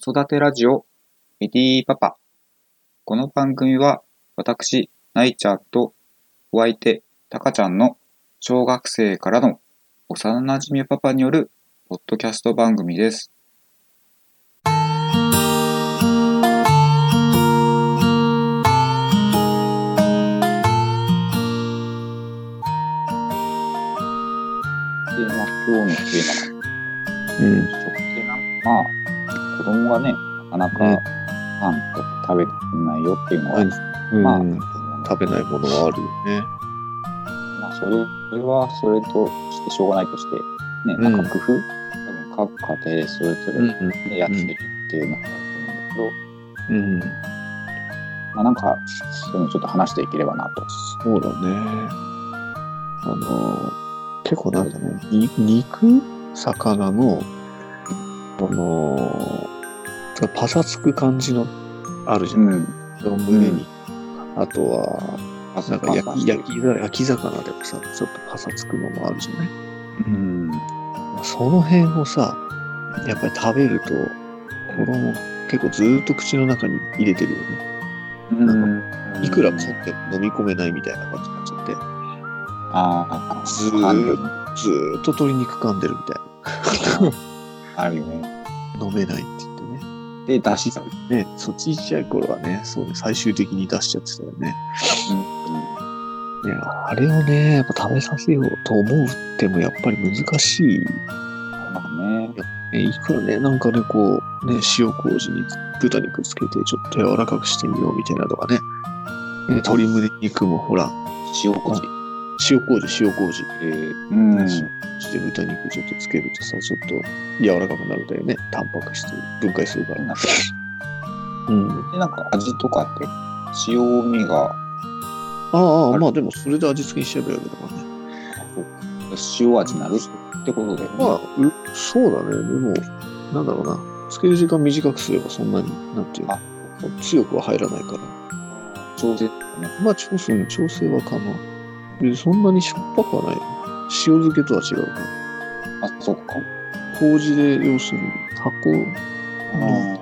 育てラジオメディーパパ。この番組は私、ナイチャーとお相手、タカちゃんの小学生からの幼馴染パパによるポッドキャスト番組です。テーマ、今日のテーマうん。食ってなんか、子供がね、なかなかうんパンとか食べてくれないよっていうのは、うんまあ、うん食べないものはあるよね。まあ、それはそれとしてしょうがないとして、ね、うんなんか工夫、多分各家庭それぞれ、ねん。やってるっていうのがあると思うんだうん。けど、まあ、なんか、そういうのちょっと話していければなと。そうだね。あの、結構なんだね、に肉魚の、あの、ちょっとパサつく感じのあるじゃん。ん。胸に。あとは、あそなんうか焼きや焼き魚焼き魚でもさ、ちょっとパサつくのもあるじゃないうん。その辺をさ、やっぱり食べると、子供結構ずーっと口の中に入れてるよね。うんいくら買っても飲み込めないみたいな感じになっちゃって、ああ、ずーずーっと鶏肉噛んでるみたいあるよね。な。飲めないって言ってで、出しちゃう。ね。ね、そっちちっちゃい頃はね、そうね、最終的に出しちゃってたよね。ういや、あれをね、やっぱ食べさせようと思ってもやっぱり難しい。ん。まあね。ねいくらね、なんかね、こう、ね、塩麹に豚肉つけてちょっと柔らかくしてみようみたいなのがね、ね鶏胸肉もほら、塩麹。塩�ö塩麹。えー、うん。して豚肉ちょっとつけるとさ、ちょっと柔らかくなるんだよね。タンパク質分解するから。なんかうん。で、なんか味とかって、塩味が、あああ、れまあでもそれで味付けにしちゃえばいいわけだからね。塩味になるってことだよね。まあ、うそうだね。でも、なんだろうな。漬ける時間短くすればそんなに、なんていうのあ強くは入らないから。調節ね。まあ、調整うん調整は可能。でそんなにしょっぱくはないよ。塩漬けとは違うから。あ、そっか。麹で、要するに発酵う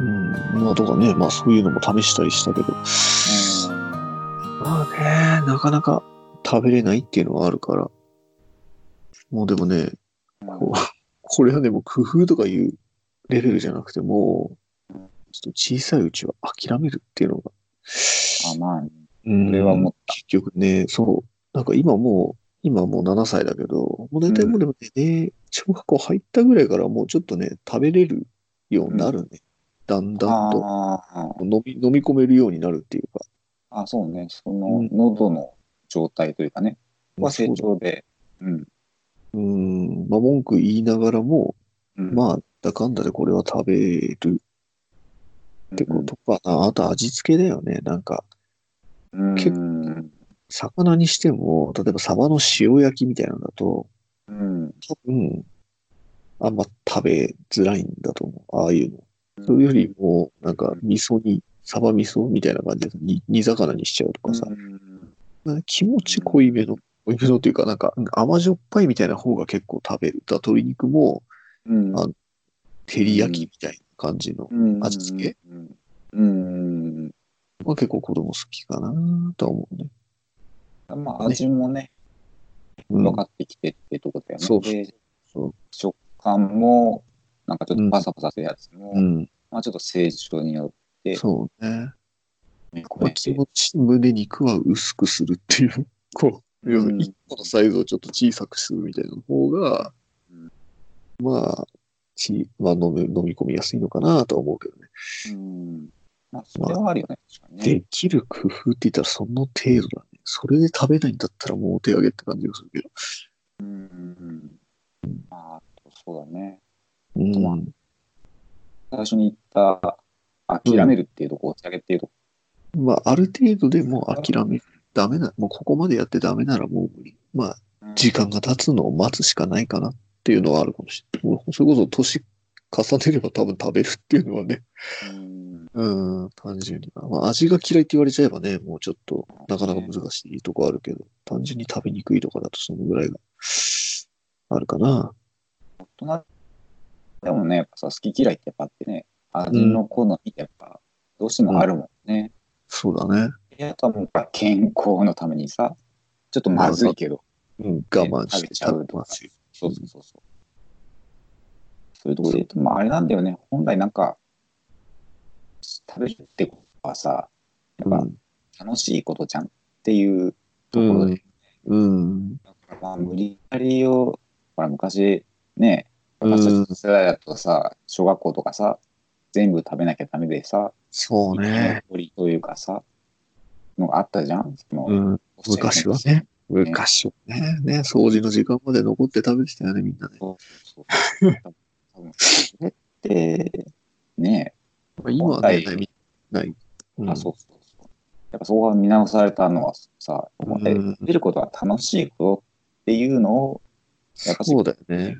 うん、まあとかね、まあそういうのも試したりしたけど、ん。まあね、なかなか食べれないっていうのはあるから。もうでもね、こう、 これはでも工夫とかいうレベルじゃなくてもう、ちょっと小さいうちは諦めるっていうのが。あ、まあ、うんそれは思った。結局ね、そう、なんか今もう、今もう7歳だけど、もう大体もうでもね、小学校入ったぐらいからもうちょっとね、食べれるようになるね。だんだんと。あ飲み飲み込めるようになるっていうか。あ、あ、そうね。その、喉の状態というかね、は成そうだ長で、うん。うん、まあ、文句言いながらも、あ、まあ、だかんだでこれは食べるってことかな。あと味付けだよね。なんか、結構。魚にしても、例えばサバの塩焼きみたいなのだと、うん。多分、あんま食べづらいんだと思う。ああいうの。それよりも、なんか、味噌に、サバ味噌みたいな感じでに煮魚にしちゃうとかさ、気持ち濃いめの、濃いめのというか、なんか甘じょっぱいみたいな方が結構食べる。だから鶏肉も、うん。照り焼きみたいな感じの、味付けうん。まあ、結構子供好きかなとは思うね。まあ、味もね、うん、分かってきてってとこだよね。そうでそう食感も、なんかちょっとパサパサするやつも、うん、まあちょっと成長によって、そうね。ね、まあ、気持ち、胸肉は薄くするっていう、 こう、要するうんに一個のサイズをちょっと小さくするみたいな方が、うんまあ、ちまあ、飲む飲み込みやすいのかなとは思うけどね。うん。まあ、それはあるよね、確かにね。できる工夫って言ったらその程度だね。それで食べないんだったらもうお手上げって感じがするけど。うん。まあ、あとそうだね。うん。まあ最初に言った、諦めるっていうとこ、お手上げっていうとこ。まあ、ある程度でもう諦め、ダメな、もうここまでやってダメならもう無理。まあ、時間が経つのを待つしかないかなっていうのはあるかもしれない。もうそれこそ年重ねれば多分食べるっていうのはね、うん。うん、単純に。まあ、味が嫌いって言われちゃえばね、もうちょっとなかなか難しいとこあるけど、単純に食べにくいとかだとそのぐらいがあるかな。大人でもね、やっぱさ、好き嫌いってやっぱあってね、味の好みってやっぱ、どうしてもあるもんね。そうだね。であとはもう健康のためにさ、ちょっとまずいけど、うん、我慢し食べてちゃうとかますよ。そうそうそうそう。そういうところで言うと、まああれなんだよね、本来なんか、食べるってことはさ、やっぱうん楽しいことじゃんっていうところで、うん。だからまあ無理やりを、ほら昔ね、私たちの世代だとさ、小学校とかさ、全部食べなきゃダメでさ、そうね。鳥というかさ、のがあったじゃんそのうん。昔はね。昔はね。ね、掃除の時間まで残って食べてたよね、みんなね。そうそうそう。多分それって、ねまあ今ははいね、ない。ないえ、うんあ、そうそうそう。やっぱそこが見直されたのはさ、思ってうん見ることは楽しいことっていうのを、やっぱしそうだよね。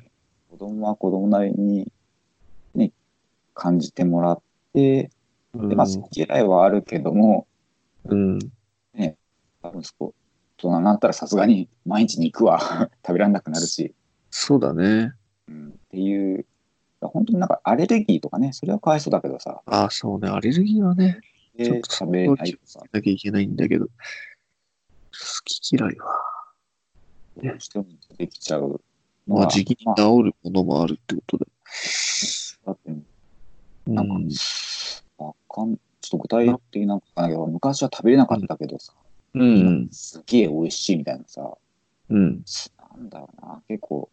子供は子供なりに、ね、感じてもらって、で、まあ、好き嫌いはあるけども、うん。ね、多分そこ、大人になったらさすがに毎日肉は 食べられなくなるし、そうだね。うん、っていう、本当になんかアレルギーとかね、それはかわいそうだけどさ、あ、そうね。アレルギーはね、でちょっと食べないとさ、なきゃいけないんだけど、好き嫌いは、どうしてもできちゃうのまが。あ、時期にまあ治るものもあるってことで。だって、うなんか、わかん、ちょっと具体的なんかわかんないけど、昔は食べれなかったけどさ、うん。すげえ美味しいみたいなさ、うん。なんだろうな、結構、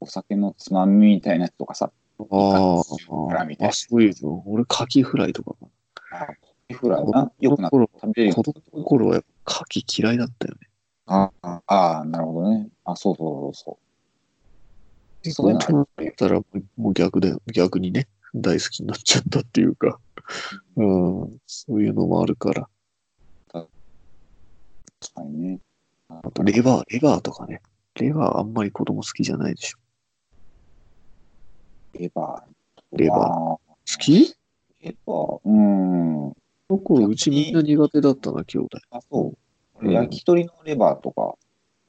お酒のつまみみたいなやつとかさ、あフライみたいなあ、あ、そういうの。俺、カキフライとかかあフライな、よくなって食べれるな。よう子にな供ったってのこと頃はやっぱカキ嫌いだったよね。ああああ、なるほどね。あ、そうそうそうそう。そういう大のある人よになったらもうもう逆だよ。逆にね、大好きになっちゃったっていうか。うん。そういうのもあるから。確かにね。あと、レバー、レバーとかね。レバーあんまり子供好きじゃないでしょ。レバー。レバー。ー好きレバー。うん。の頃、うちみんな苦手だったな、兄弟。あ、そう。うん焼き鳥のレバーとか、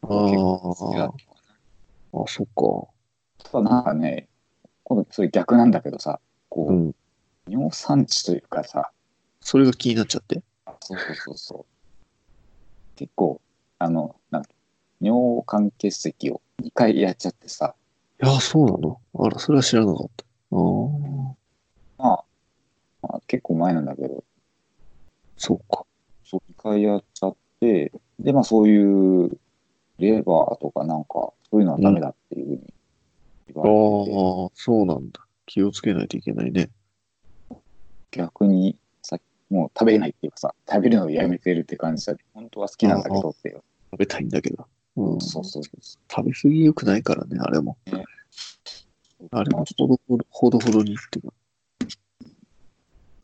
あ結構好きだあったかな。あ、そっか。ただなんかね、今度それ逆なんだけどさ、こうう、ん。尿酸値というかさ、それが気になっちゃって。あそうそうそうそう。結構、あの、なんか尿管結石を2回やっちゃってさ、いや、そうなの。あら、それは知らなかった。ああ、まあ、まあ、結構前なんだけど、そっか。そう、2回やっちゃって、で、まあそういうレバーとかなんか、そういうのはダメだっていうふうに言ああわれてて、、そうなんだ。気をつけないといけないね。逆にさ、もう食べれないっていうかさ、食べるのをやめてるって感じだね。本当は好きなんだけどっていう。食べたいんだけど。うん。そうそうそう。食べ過ぎ良くないからね、あれも。あれまもあちょほどほど、ほどほどにっていうか。っ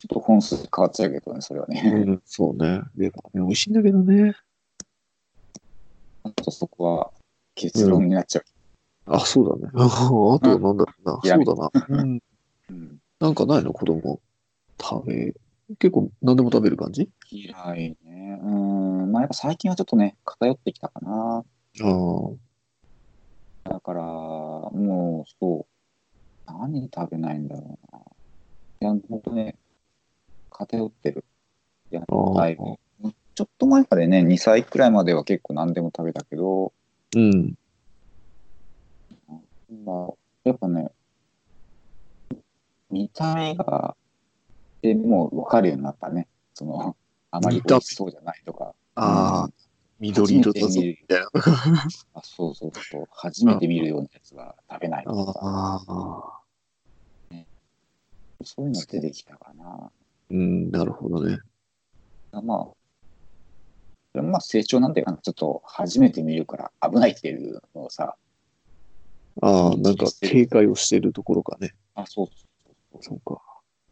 と本数変わっちゃうけどね、それはね。うん、そうね。レバーね、美味しいんだけどね。あとそこは結論になっちゃう。あ、そうだ ね。ああとなんだろうな。いやそうだな。うん。うんなんかないの、子供。食べ、結構何でも食べる感じ嫌いね。うん。まあやっぱ最近はちょっとね、偏ってきたかな。ああ。だから、もう、そう。何食べないんだろうな。いや、ほんとね、偏ってる。いや、あだいぶ。ちょっと前までね、2歳くらいまでは結構何でも食べたけど、うん。まあ、やっぱね、見た目が、でもう分かるようになったね。その、あまり美味しそうじゃないとか。あうあ、緑色だぞ、初めて見るみたいな。あそうそうそう。初めて見るようなやつは食べないとか。ああ。そういうの出てきたかな。うん、なるほどね。まあ、でもまあ成長なんだよな。ちょっと初めて見るから危ないっていうのをさ。ああ、なんか警戒をしてるところかね。あ、そうそうそうそうか。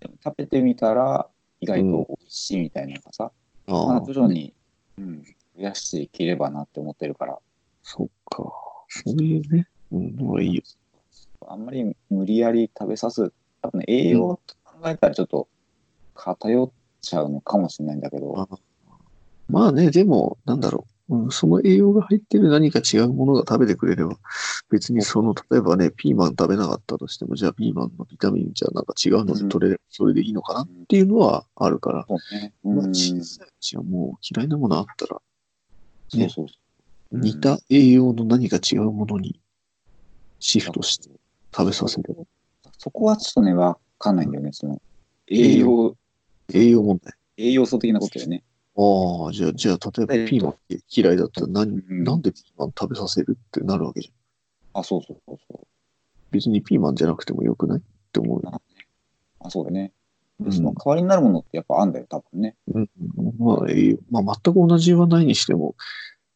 でも食べてみたら意外と美味しいみたいなのがさ。まあああ、徐々に、うん、増やしていければなって思ってるから。そうか。そういうね。うん、のがいいよ。あんまり無理やり食べさす、多分ね栄養と考えたらちょっと偏っちゃうのかもしれないんだけど、あまあね、でも、なんだろうん、その栄養が入ってる何か違うものが食べてくれれば、別にその、例えばね、ピーマン食べなかったとしても、じゃあピーマンのビタミンじゃあなんか違うので取れればそれでいいのかなっていうのはあるから、そうね。まあうん小さいうちはもう嫌いなものあったら、そうそうそう。似た栄養の何か違うものにシフトして食べさせる。そこはちょっとね、わかんないんだよね。その、栄養、栄養問題。栄養素的なことだよね。ああ、じゃあ、じゃあ、例えばピーマンって嫌いだったら何、うんなんでピーマン食べさせるってなるわけじゃん。あ、そうそうそうそう。別にピーマンじゃなくてもよくないって思うよ。あ、そうだね。うんその代わりになるものってやっぱあんだよ、多分ね。うん、まあ、栄養まあ、全く同じはないにしても、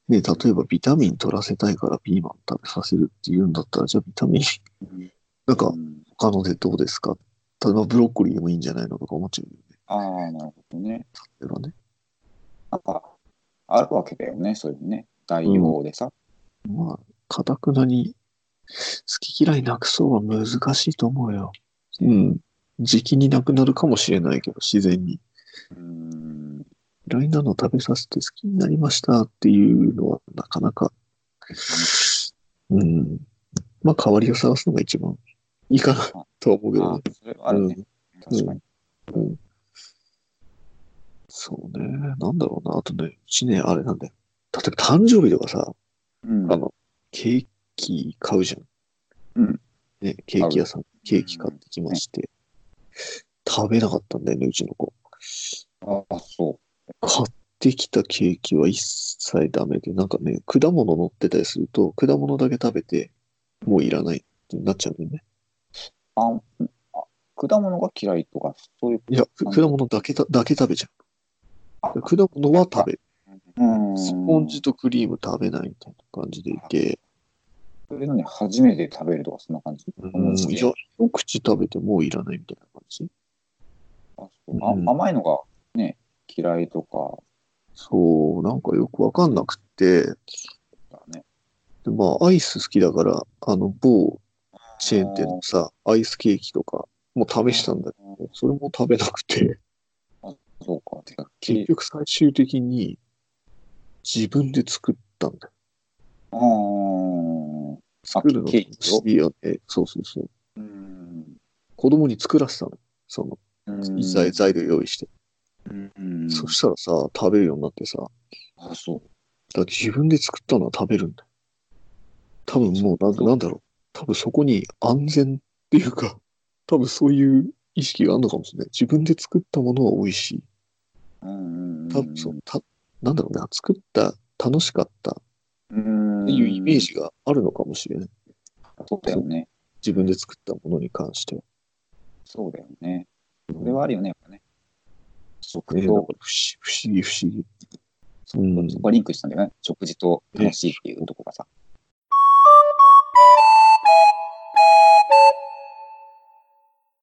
ね、例えばビタミン取らせたいからピーマン食べさせるっていうんだったら、じゃあビタミン、 なんかうん他のでどうですか例えばブロッコリーでもいいんじゃないのとか思っちゃうよね。ああ、なるほどね。例えばね。なんか、あるわけだよね、そういうのね。代用でさ。まあ、かたくなに好き嫌いなくそうは難しいと思うよ。うん。時期になくなるかもしれないけど、自然に。うん。嫌いなの食べさせて好きになりましたっていうのはなかなか、うん。まあ、代わりを探すのが一番いいかなとは思うけどあね。それはあるね。うん確かに。そうね。なんだろうな。あとね、うちね、あれなんだよ。例えば誕生日とかさ、うんあの、ケーキ買うじゃん。うん。ね、ケーキ屋さん、ケーキ買ってきまして、食べなかったんだよね、うちの子。ああ、そう。買ってきたケーキは一切ダメで、なんかね、果物乗ってたりすると、果物だけ食べて、もういらないってなっちゃうんだよね。あんあ果物が嫌いとか、そういう。いや、く果物だけただけ食べちゃう。果物は食べる。うんスポンジとクリーム食べないみたいな感じでいて、それのに初めて食べるとか、そんな感じ。うん、いや、一口食べてもういらないみたいな感じ。あそうあうん甘いのがね、嫌いとかそう、なんかよくわかんなくって、だね。でまあ、アイス好きだから、あの、某チェーン店のさ、アイスケーキとか、もう試したんだけど、それも食べなくて、そうか。てか、結局最終的に自分で作ったんだよ。あー作るのケーキを好きよね。そうそうそう。うん。子供に作らせたの。その、一切材料用意して。うん。そしたらさ、食べるようになってさ、だかあ、そう。ら自分で作ったのは食べるんだよ。多分もうなんか、なんだろう。多分そこに安全っていうか、 多分そういう意識があるのかもしれない。自分で作ったものは美味しい。うん。多分そう、た、なんだろうな、作った、楽しかったっうん。ていうイメージがあるのかもしれない。そうだよね。自分で作ったものに関しては。そうだよね。それはあるよね、やっぱね。そうね、なんか不思不思議不思議。うんそこがリンクしたんだよね。食事と楽しいっていうとこがさ。